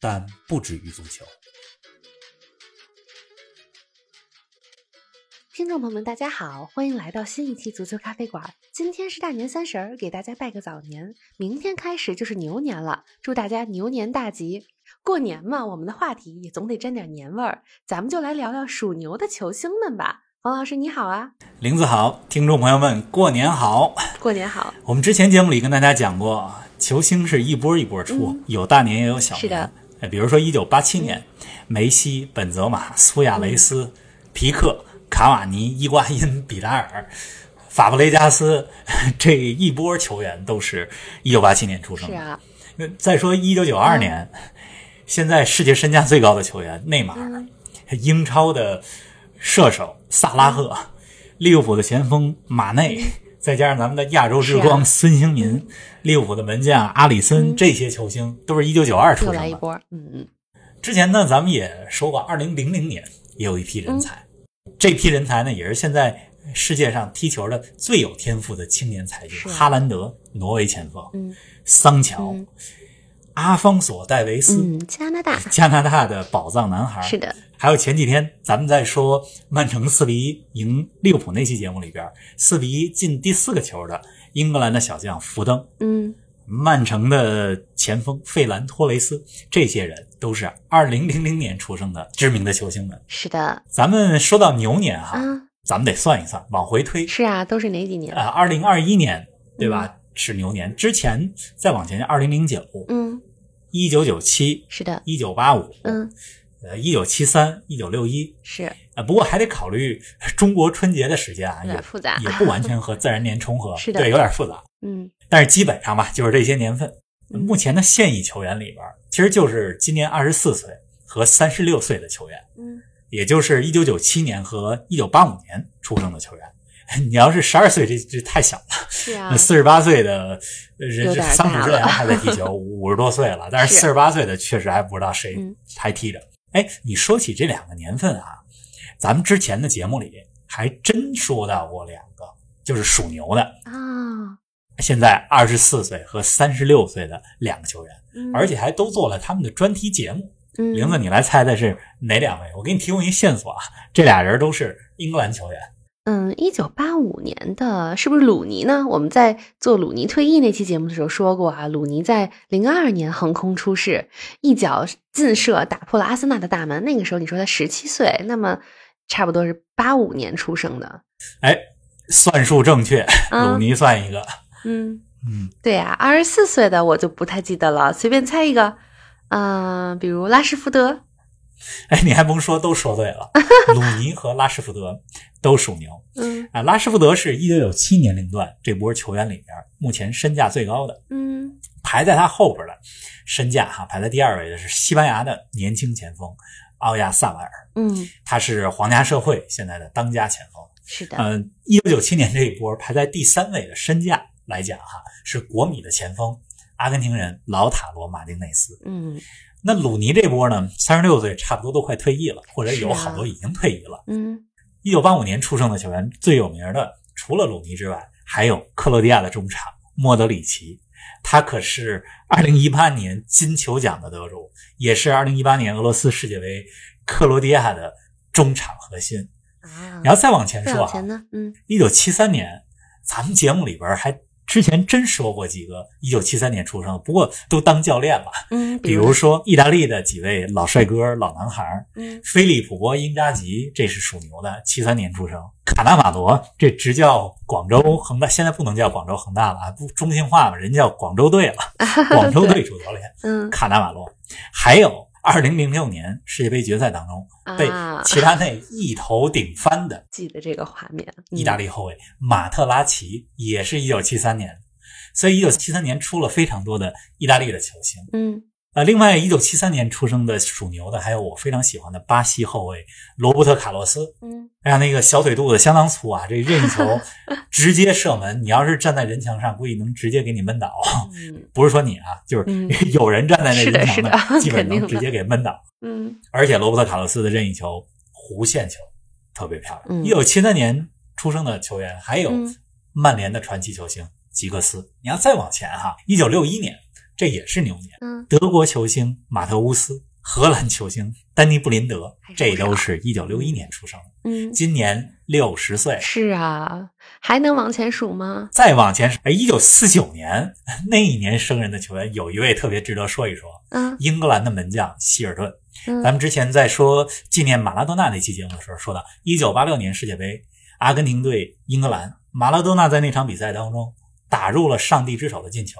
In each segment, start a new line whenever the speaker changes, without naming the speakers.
但不止于足球。
听众朋友们，大家好，欢迎来到新一期足球咖啡馆。今天是大年三十儿，给大家拜个早年。明天开始就是牛年了，祝大家牛年大吉！过年嘛，我们的话题也总得沾点年味儿，咱们就来聊聊属牛的球星们吧。王老师你好啊，
林子好，听众朋友们，过年好！
过年好！
我们之前节目里跟大家讲过，球星是一波一波出，有大年也有小年。
嗯是的
哎，比如说一九八七年，梅西、本泽马、苏亚雷斯、
嗯
皮克、卡瓦尼、伊瓜因、比达尔、法布雷加斯 这一波球员都是一九八七年出生
是
的。
啊，嗯
那再说一九九二年，现在世界身价最高的球员内马
嗯
尔，英超的射手萨拉赫，
嗯
利物浦的前锋马内，再加上咱们的亚洲之
啊
光孙兴民，利物浦的门将阿里森，这些球星都是一九九二出
嗯又
生
来一
的。
波，嗯嗯，
之前呢，咱们也说过，二零零零年也有一批人才，
嗯
这批人才呢，也是现在世界上踢球的最有天赋的青年才俊
是，
哈兰德，挪威前锋，
啊嗯
桑乔，
嗯
阿方索·戴维斯，
嗯，加拿大
加拿大的宝藏男孩，
是的，
还有前几天咱们在说曼城四比一赢利物浦那期节目里边，四比一进第四个球的英格兰的小将福登，
嗯，
曼城的前锋费兰托雷斯，这些人都是二零零零年出生的知名的球星们。
是的
咱们说到牛年哈，
啊，
咱们得算一算，往回推，
是啊，都是哪几年？
呃，二零二一年对吧？是牛年，之前再往前，二零零九、
嗯，
一九九七、
是的，
一九八五，
嗯，
呃，一九七三、一九六一，
是
呃，不过还得考虑中国春节的时间啊，
有点
也
复杂，
也不完全和自然年重合，
是的
对，有点复杂。
嗯
但是基本上吧，就是这些年份。
嗯
目前的现役球员里边，其实就是今年二十四岁和三十六岁的球员，
嗯，
也就是一九九七年和一九八五年出生的球员。 你要是十二岁，这这太小了。
是啊
那，四十八岁的呃
有
人，
点
桑
大
普之前还在踢 球，五十多岁了，但是
是
四十八岁的确实还不知道谁
嗯
还踢着。哎，你说起这两个年份啊，咱们之前的节目里还真说到过两个，就是属牛的，
啊，
现在二十四岁和三十六岁的两个球员，
嗯
而且还都做了他们的专题节目。
嗯
玲子，你来猜猜是哪两位？我给你提供一线索啊，这俩人都是英格兰球员。
嗯，一九八五年的是不是鲁尼呢？我们在做鲁尼退役那期节目的时候说过啊，鲁尼在零二年横空出世，一脚劲射打破了阿森纳的大门。那个时候你说他十七岁，那么差不多是八五年出生的。
哎，算术正确，
啊
鲁尼算一个。
嗯，
嗯，
对呀、啊，二十四岁的我就不太记得了，随便猜一个。嗯、比如拉什福德，
哎，你还甭说，都说对了。鲁尼和拉什福德都属牛
嗯
啊。拉什福德是一九九七年龄段这波球员里边目前身价最高的，
嗯
排在他后边的身价哈、排在第二位的是西班牙的年轻前锋奥亚萨瓦尔。
嗯，
他是皇家社会现在的当家前锋。
是的，
呃，一九九七年这一波排在第三位的身价来讲哈，是国米的前锋阿根廷人老塔罗马丁内斯。
嗯
那鲁尼这波呢，三十六岁，差不多都快退役了，或者
是
有
啊
好多已经退役了。
嗯
一九八五年出生的球员最有名的，除了鲁尼之外，还有克罗地亚的中场莫德里奇。他可是二零一八年金球奖的得主，也是二零一八年俄罗斯世界杯克罗地亚的中场核心。
啊
你，要再往前
再
说
往
啊
前，呢？嗯
一九七三年，咱们节目里边还之前真说过几个一九七三年出生的，不过都当教练了。
嗯，
比
如
如说意大利的几位老帅哥、老男孩，
嗯
菲利普波因扎吉，这是属牛的，七三年出生；卡纳马罗，这执教广州恒大，现在不能叫广州恒大了，不中性化嘛，人叫广州队了，广州队主教练
嗯
卡纳马罗，还有。二零零六年世界杯决赛当中，被
啊，
齐达内一头顶翻的
记得这个画面，
意大
利，
利后卫马特拉齐也是一九七三年，所以一九七三年出了非常多的意大利的球星。
嗯
呃，另外，一九七三年出生的属牛的，还有我非常喜欢的巴西后卫罗伯特·卡洛斯。
嗯
哎呀，那个小腿肚子相当粗啊，这任意 球直接射门，你要是站在人墙上，估计能直接给你闷倒。
嗯
不是说你啊，就是
嗯
有人站在那
是的
人墙
是的
上，基本
肯定
能
的
直接给闷倒。
嗯
而且罗伯特·卡洛斯的任意球弧线球特别漂
嗯
亮。一九七三年出生的球员，还有
嗯
曼联的传奇球星吉格斯。你要再往前哈，一九六一年，这也是牛年，
嗯，
德国球星马特乌斯、荷兰球星丹尼布林德
还，哎是不
这
少
都是一九六一年出生的，
嗯，
今年六十岁。
是啊，还能往前数吗？
再往前，哎，一九四九年那一年生人的球员，有一位特别值得说一说，
嗯
英格兰的门将希尔顿。咱
嗯
们之前在说纪念马拉多纳那期节目的时候，说到一九八六年世界杯，阿根廷对英格兰，马拉多纳在那场比赛当中打入了上帝之手的进球，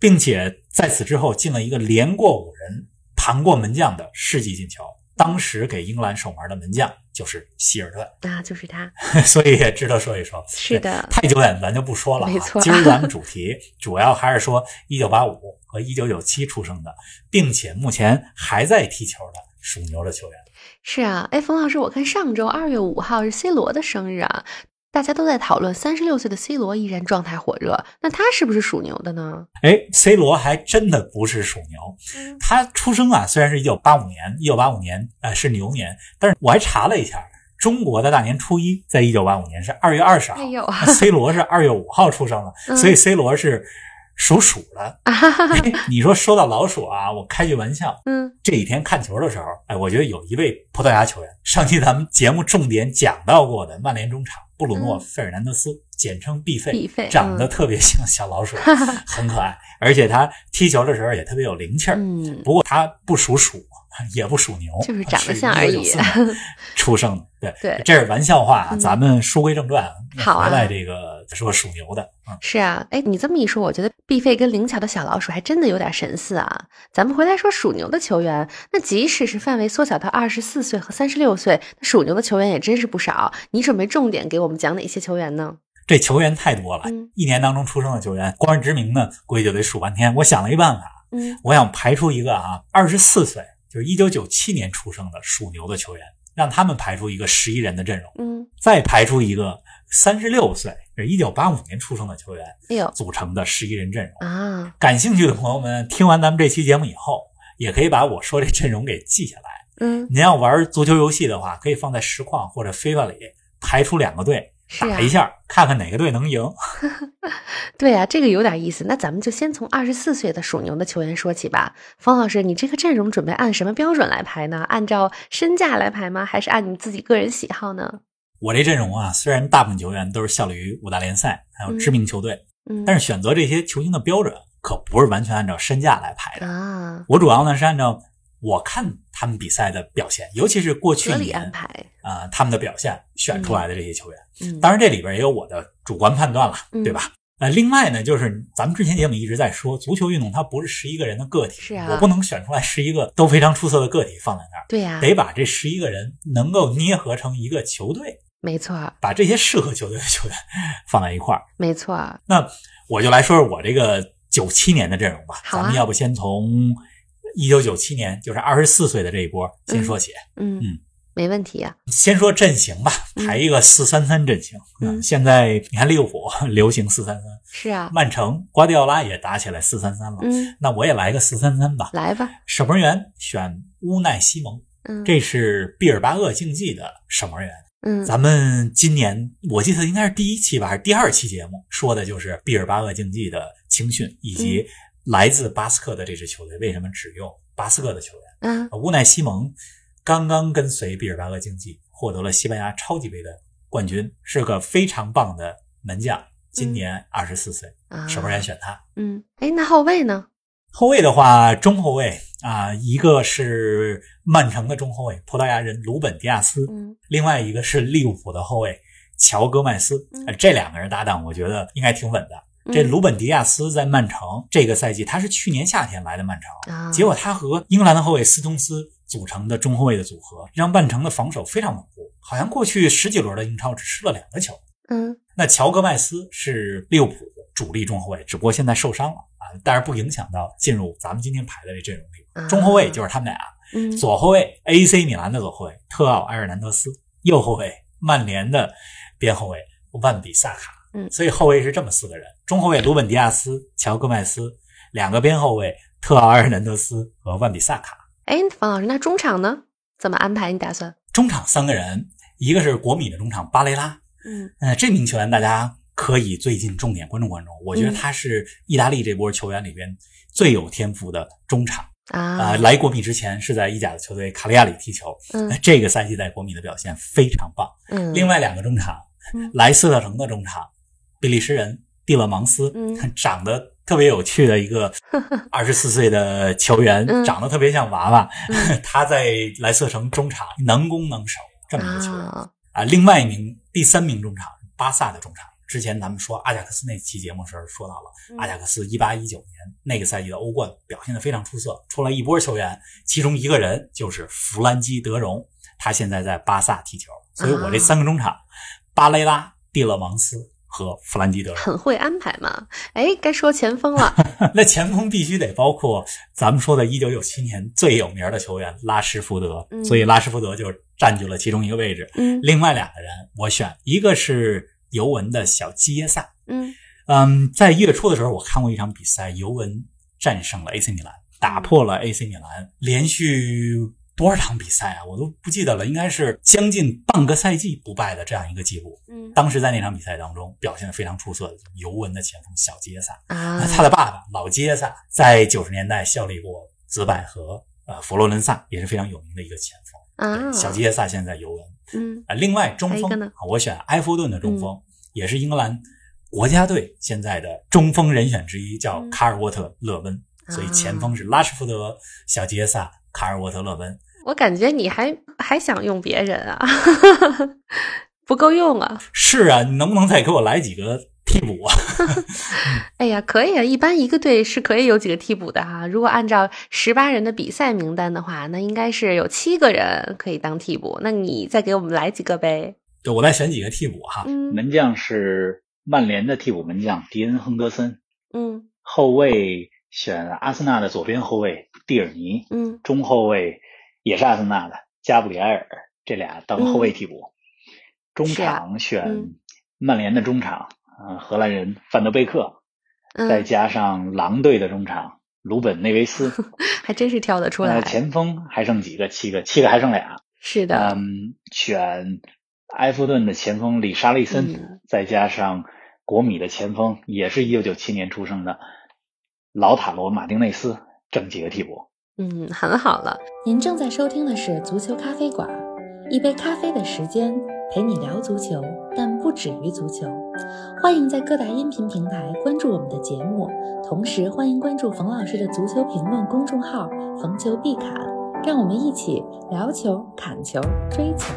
并且在此之后进了一个连过五人、盘过门将的世纪进球。当时给英格兰守门的门将就是希尔顿，
啊，就是他，
所以也值得说一说。
是的
太久远咱就不说了、啊。
没错
今儿咱们主题主要还是说1985和1997出生的，并且目前还在踢球的属牛的球员。
是啊。哎，冯老师，我看上周二月五号是 C 罗的生日啊，大家都在讨论三十六岁的 C 罗依然状态火热，那他是不是属牛的呢？
哎，C 罗还真的不是属牛，他出生啊，虽然是1985年，1985年呃是牛年，但是我还查了一下，中国的大年初一在1985年是2月20号、
哎呦啊
c 罗是2月5号出生的，
嗯
所以 C 罗是属鼠的。
啊哈哈哈，
哎你说说到老鼠啊，我开句玩笑。
嗯
这几天看球的时候，哎，我觉得有一位葡萄牙球员，上期咱们节目重点讲到过的曼联中场布鲁诺
嗯
·费尔南德斯，简称毕费，
毕费嗯
长得特别像小老鼠， 很可爱，而且他踢球的时候也特别有灵气儿。
嗯，
不过他不属鼠， 也不属牛，
就是长得像而已
是1994年 出生的，对，
对。
这是玩笑话啊。
嗯
咱们书归正传，
好啊
回来这个说属牛的，嗯，
是啊，哎，你这么一说，我觉得毕费跟灵巧的小老鼠还真的有点神似啊。咱们回来说属牛的球员，那即使是范围缩小到二十四岁和三十六岁，那属牛的球员也真是不少。你准备重点给我们讲哪些球员呢？
这球员太多了，
嗯
一年当中出生的球员，光是殖民呢，估计就得数半天。我想了一办法。
嗯
我想排除一个啊，二十四岁，就是一九九七年出生的属牛的球员，让他们排出一个十一人的阵容，
嗯，
再排出一个三十六岁，就是一九八五年出生的球员
哎呦
组成的十一人阵容。
啊，
感兴趣的朋友们，听完咱们这期节目以后，也可以把我说这阵容给记下来。
嗯，
您要玩足球游戏的话，可以放在实况或者 FIFA 里排出两个队。
是啊
打一，下，看看哪个队能赢。
对啊，这个有点意思。那咱们就先从二十四岁的属牛的球员说起吧。方老师，你这个阵容准备按什么标准来排呢？按照身价来排吗？还是按你自己个人喜好呢？
我这阵容啊，虽然大部分球员都是效力于五大联赛，还有知名球队，
嗯，
但是选择这些球星的标准可不是完全按照身价来排的。
啊，
我主要呢是按照我看他们比赛的表现，尤其是过去
合
一
理安
年
排。
啊、呃他们的表现选出来的这些球员。
嗯，
当然，这里边也有我的主观判断了，
嗯
对吧？呃，另外呢，就是咱们之前节目一直在说，足球运动它不是十一个人的个体，
是啊
我不能选出来十一个都非常出色的个体放在那儿，
对呀、
得把这十一个人能够捏合成一个球队，
没错儿，
把这些适合球队的球员放在一块儿。
没错儿，
我就来说说我这个九七年的阵容吧。
好啊
咱们要不先从一九九七年，就是二十四岁的这一波先说起。
嗯，
嗯
没问题啊，
先说阵型吧，
嗯
排一个四三三阵型。
嗯
现在你看利物浦 流行四三三，
是啊，
曼城瓜迪奥拉也打起来四三三了。
嗯，
那我也来个四三三吧。
来吧，
守门员选乌奈西蒙，
嗯，
这是毕尔巴鄂竞技的守门员。
嗯，
咱们今年我记得应该是第一期吧，还是第二期节目，说的就是毕尔巴鄂竞技的青训，以及来自巴斯克的这支球队为什么只用巴斯克的球员。
嗯，
无奈西蒙刚刚跟随毕尔巴鄂竞技获得了西班牙超级杯的冠军，是个非常棒的门将，今年二十四岁，
啊，
守门员？选他。
嗯，哎，那后卫呢？
后卫的话，中后卫啊、一个是曼城的中后卫，葡萄牙人鲁本迪亚斯，
嗯，
另外一个是利物浦的后卫乔戈麦斯
嗯，
呃这两个人搭档，我觉得应该挺稳的。这
嗯
鲁本迪亚斯在曼城这个赛季，他是去年夏天来的曼城，
啊，
结果他和英格兰的后卫斯通斯组成的中后卫的组合，让曼城的防守非常稳固，好像过去十几轮的英超只失了两个球。
嗯
那乔戈麦斯是利物浦主力中后卫，只不过现在受伤了，啊，但是不影响到进入咱们今天排的这阵容
啊
里。中后卫就是他们俩，
嗯
左后卫 AC 米兰的左后卫特奥埃尔南德斯，右后卫曼联的边后卫万比萨卡。
嗯
所以后卫是这么四个人：中后卫鲁本迪亚斯、乔戈麦斯，两个边后卫特奥埃尔南德斯和万比萨卡。
哎，方老师，那中场呢？怎么安排？你打算？
中场三个人，一个是国米的中场巴雷拉，
嗯
呃，这名球员大家可以最近重点关注关注。我觉得
嗯
他是意大利这波球员里边最有天赋的中场。
啊
啊，，来国米之前是在意甲的球队卡利亚里踢球，
嗯
那这个赛季在国米的表现非常棒。
嗯，
另外两个中场
嗯，
莱斯特城的中场，比利时人蒂勒芒斯
嗯，
长得特别有趣的一 个二十四岁的球员
嗯，
长得特别像娃娃
嗯。
他在莱斯特城中场能攻能守这么一个球员。
啊，
啊，另外一名第三名中场，巴萨的中场。之前咱们说阿贾克斯那期节目时候说到了，
嗯
阿贾克斯一八一九年那个赛季的欧冠表现得非常出色，出来一波球员，其中一个人就是弗兰基德容，他现在在巴萨踢球。所以我这三个中场，巴雷拉、蒂勒芒斯和弗兰基德容。
很会安排嘛。哎，该说前锋了。
那前锋必须得包括咱们说的1997年最有名的球员拉什福德，
嗯
所以拉什福德就占据了其中一个位置。
嗯
另外两个人，我选一个是尤文的小基耶萨。
嗯
嗯，在一月初的时候，我看过一场比赛，尤文战胜了 AC 米兰，打破了 AC 米兰连续多少场比赛啊，我都不记得了，应该是将近半个赛季不败的这样一个记录。
嗯
当时在那场比赛当中，表现得非常出色的尤文的前锋小基耶萨，
啊
那，他的爸爸老基耶萨在九十年代效力过紫百合、呃佛罗伦萨，也是非常有名的一个前锋。
啊，
对小基耶萨现在尤文
嗯
啊，另外中
还有一
锋
个呢嗯
啊，我选埃弗顿的中锋，也是英格兰国家队现在的中锋人选之一，叫
嗯
卡尔沃特勒温。所以前锋是拉什福德、小杰萨、卡尔沃特勒温。
我感觉你还还想用别人啊， 不够用啊。
是啊，你能不能再给我来几个替补啊？
哎呀，可以啊，一般一个队是可以有几个替补的哈。如果按照十八人的比赛名单的话，那应该是有七个人可以当替补。那你再给我们来几个呗？
对，我再选几个替补哈。
嗯
门将是曼联的替补门将迪恩·亨德森，
嗯
后卫选阿森纳的左边后卫蒂尔尼，
嗯
中后卫也是阿森纳的加布里埃尔，这俩当后卫替补。中
嗯是啊
场选
嗯
曼联的中场，呃，荷兰人范德贝克，再
嗯，
加上狼队的中场鲁本内维斯。
还真是挑得
呃
出
那
来。
前锋还剩几个？七个，七个还剩俩。
是的，
呃
嗯，选埃弗顿的前锋里沙利森，
嗯
再加上国米的前锋，也是一九九七年出生的老塔罗马丁内斯，这么几个替补。
嗯，很好了。
您正在收听的是《足球咖啡馆》，一杯咖啡的时间陪你聊足球，但不止于足球。欢迎在各大音频平台关注我们的节目，同时欢迎关注冯老师的足球评论公众号“冯球必侃”，让我们一起聊球、砍球、追球。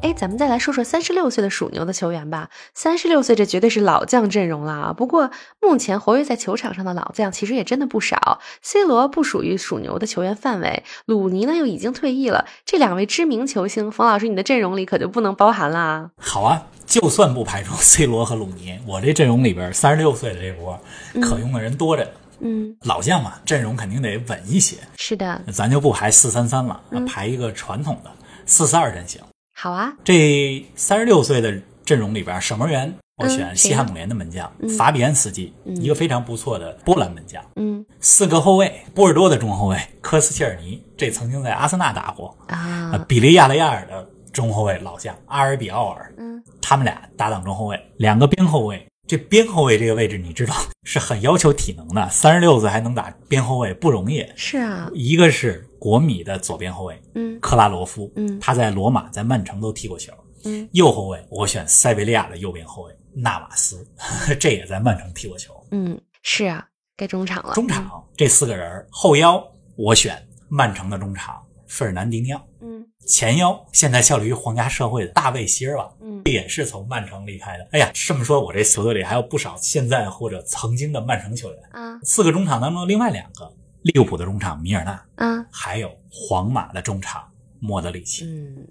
哎，咱们再来说说三十六岁的属牛的球员吧。三十六岁，这绝对是老将阵容了啊！不过，目前活跃在球场上的老将其实也真的不少。C 罗不属于属牛的球员范围，鲁尼呢又已经退役了。这两位知名球星，冯老师，你的阵容里可就不能包含啦。
好啊，就算不排除 C 罗和鲁尼，我这阵容里边三十六岁的这波可用的人多着呢。
嗯，
老将嘛，阵容肯定得稳一些，
是的，
咱就不排四三三了，
嗯
排一个传统的四四二阵型。
好啊，
这三十六岁的阵容里边，守门员我选
嗯
西汉姆联的门将、
嗯
法比安斯基，
嗯
一个非常不错的波兰门将。
嗯
四个后卫，波尔多的中后卫科斯切尔尼，这曾经在阿森纳打过。啊，
啊，
比利亚雷亚尔的中后卫老将阿尔比奥尔，
嗯
他们俩搭档中后卫，两个边后卫。这边后卫这个位置，你知道是很要求体能的，三十六岁还能打边后卫不容易。
是啊，
一个是国米的左边后卫
嗯
克拉罗夫，
嗯
他在罗马、在曼城都踢过球。
嗯
右后卫我选塞维利亚的右边后卫纳瓦斯， 这也在曼城踢过球。
嗯，是啊，该中场了。
中场这四个人儿，后腰我选曼城的中场费尔南迪尼奥，
嗯，
前腰现在效力于皇家社会的大卫席尔瓦，
嗯
也是从曼城离开的。哎呀，这么说，我这球队里还有不少现在或者曾经的曼城球员。
嗯
四个中场当中，另外两个利物浦的中场米尔纳，
啊啊，
还有皇马的中场莫德里奇，
嗯，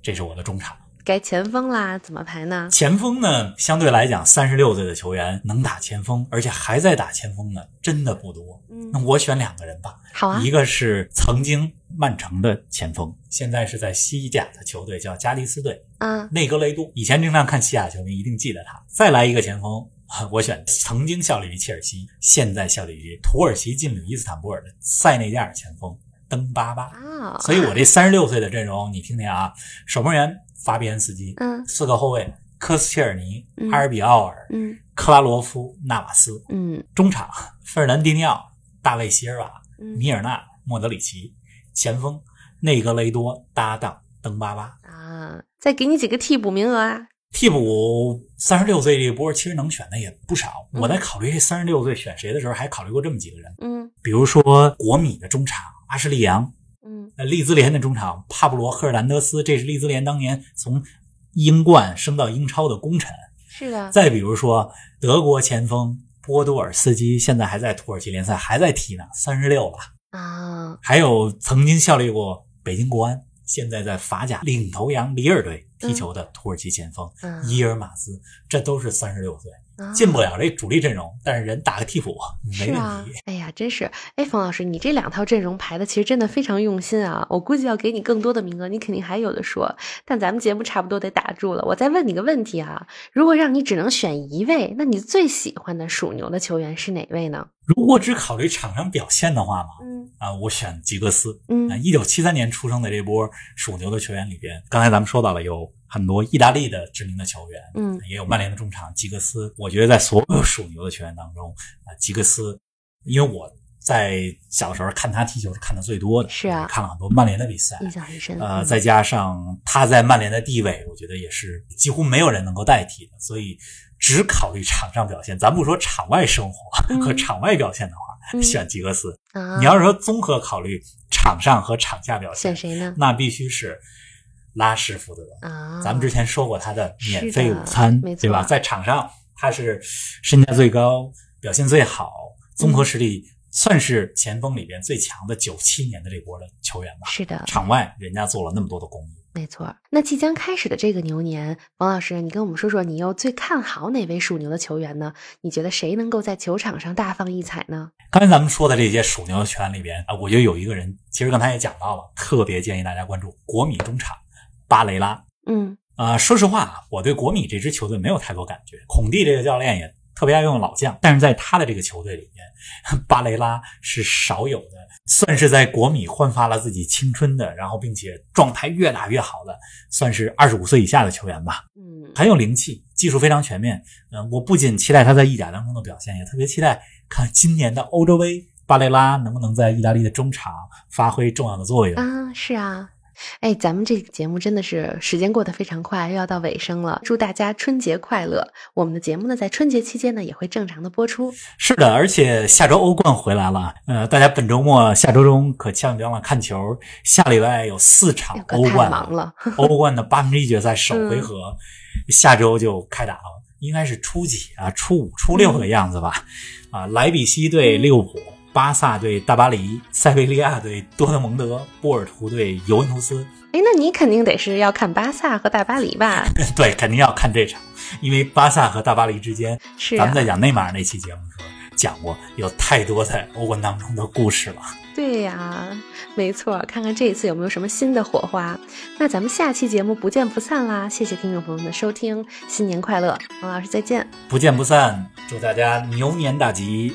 这是我的中场。
该前锋啦，怎么排呢？
前锋呢，相对来讲，三十六岁的球员能打前锋，而且还在打前锋的，真的不多。那
嗯，
我选两个人吧，
好啊
一，个是曾经曼城的前锋，现在是在西甲的球队叫加的斯队，
嗯
内格雷杜。以前经常看西甲球迷一定记得他。再来一个前锋， 我选曾经效力于切尔西，现在效力于土耳其劲旅伊斯坦布尔的塞内加尔前锋登巴巴。
啊，
所以我这三十六岁的阵容，你听听啊，守门员法比安斯基，
嗯
四个后卫科斯切尔尼
嗯、
阿尔比奥尔、
嗯
克拉罗夫、纳瓦斯，
嗯
中场费尔南迪尼奥、大卫席尔瓦。
嗯
米尔纳、莫德里奇，前锋内格雷多搭档登巴巴。
啊，再给你几个替补名额啊，
替补三十六岁这一波，其实能选的也不少。
嗯
我在考虑这三十六岁选谁的时候，还考虑过这么几个人，
嗯
比如说国米的中场阿什利杨，
嗯
呃，利兹联的中场帕布罗·赫尔南德斯，这是利兹联当年从英冠升到英超的功臣。
是的，
再比如说德国前锋波多尔斯基，现在还在土耳其联赛还在踢呢，三十六了。
啊，
还有曾经效力过北京国安，现在在法甲领头羊里尔队踢球的土耳其前锋、
嗯
伊尔马兹，这都是三十六岁，
啊
进不了这主力阵容，但是人打个替补没
是
问
啊
题。，
哎呀，真是，哎，冯老师，你这两套阵容排的其实真的非常用心啊！我估计要给你更多的名额，你肯定还有的说。但咱们节目差不多得打住了，我再问你个问题啊：如果让你只能选一位，那你最喜欢的属牛的球员是哪位呢？
如果只考虑场上表现的话嘛，
嗯
啊，我选吉格斯。啊，
嗯
一九七三年出生的这波属牛的球员里边，刚才咱们说到了有很多意大利的知名的球员，
嗯
也有曼联的中场吉格斯。我觉得在所有属牛的球员当中，啊，吉格斯，因为我在小时候看他踢球是看的最多的，
是啊
也看了很多曼联的比赛。
印象很深。
呃，
嗯
再加上他在曼联的地位，我觉得也是几乎没有人能够代替的。所以，只考虑场上表现，咱不说场外生活
嗯
和场外表现的话，
嗯
选吉格斯。
啊，
你要是说综合考虑场上和场下表现
选，谁呢？
那必须是拉什福德。
啊，
咱们之前说过他的免
是
费
的
午餐
没，错
对吧？在场上他是身价最高、表现最好、综
嗯
合实力算是前锋里边最强的九七年的这波的球员吧。
是的，
场外人家做了那么多的公益，
没错。那即将开始的这个牛年，王老师，你跟我们说说，你又最看好哪位属牛的球员呢？你觉得谁能够在球场上大放异彩呢？
刚才咱们说的这些属牛的球员里边啊，我觉得有一个人，其实刚才也讲到了，特别建议大家关注国米中场巴雷拉。
嗯
啊，说实话啊，我对国米这支球队没有太多感觉。孔蒂这个教练也特别爱用老将，但是在他的这个球队里面，巴雷拉是少有的，算是在国米焕发了自己青春的，然后并且状态越打越好的，算是二十五岁以下的球员吧，
嗯
很有灵气，技术非常全面。嗯、我不仅期待他在意甲当中的表现，也特别期待看今年的欧洲杯。巴雷拉能不能在意大利的中场发挥重要的作用？
啊，是啊。哎，咱们这个节目真的是时间过得非常快，又要到尾声了。祝大家春节快乐！我们的节目呢，在春节期间呢，也会正常的播出。
是的，而且下周欧冠回来了，呃，大家本周末、下周中可千万别忘了看球。下礼拜有四场
哎
欧
呦，太
冠，
忙了，
欧冠的八分之一决赛首
嗯
回合，下周就开打了，应该是初几啊？初五、初六
嗯
的样子吧。啊，莱比锡对利物浦，巴萨对大巴黎，塞维利亚对多特蒙德，波尔图对尤文图斯。
哎，那你肯定得是要看巴萨和大巴黎吧？
对，肯定要看这场，因为巴萨和大巴黎之间
是
咱
啊
们，在讲内马尔那期节目的时候讲过，有太多在欧冠当中的故事了。
对呀、没错。看看这一次有没有什么新的火花。那咱们下期节目不见不散啦！谢谢听众朋友们的收听，新年快乐，王老师再见。
不见不散，祝大家牛年大吉！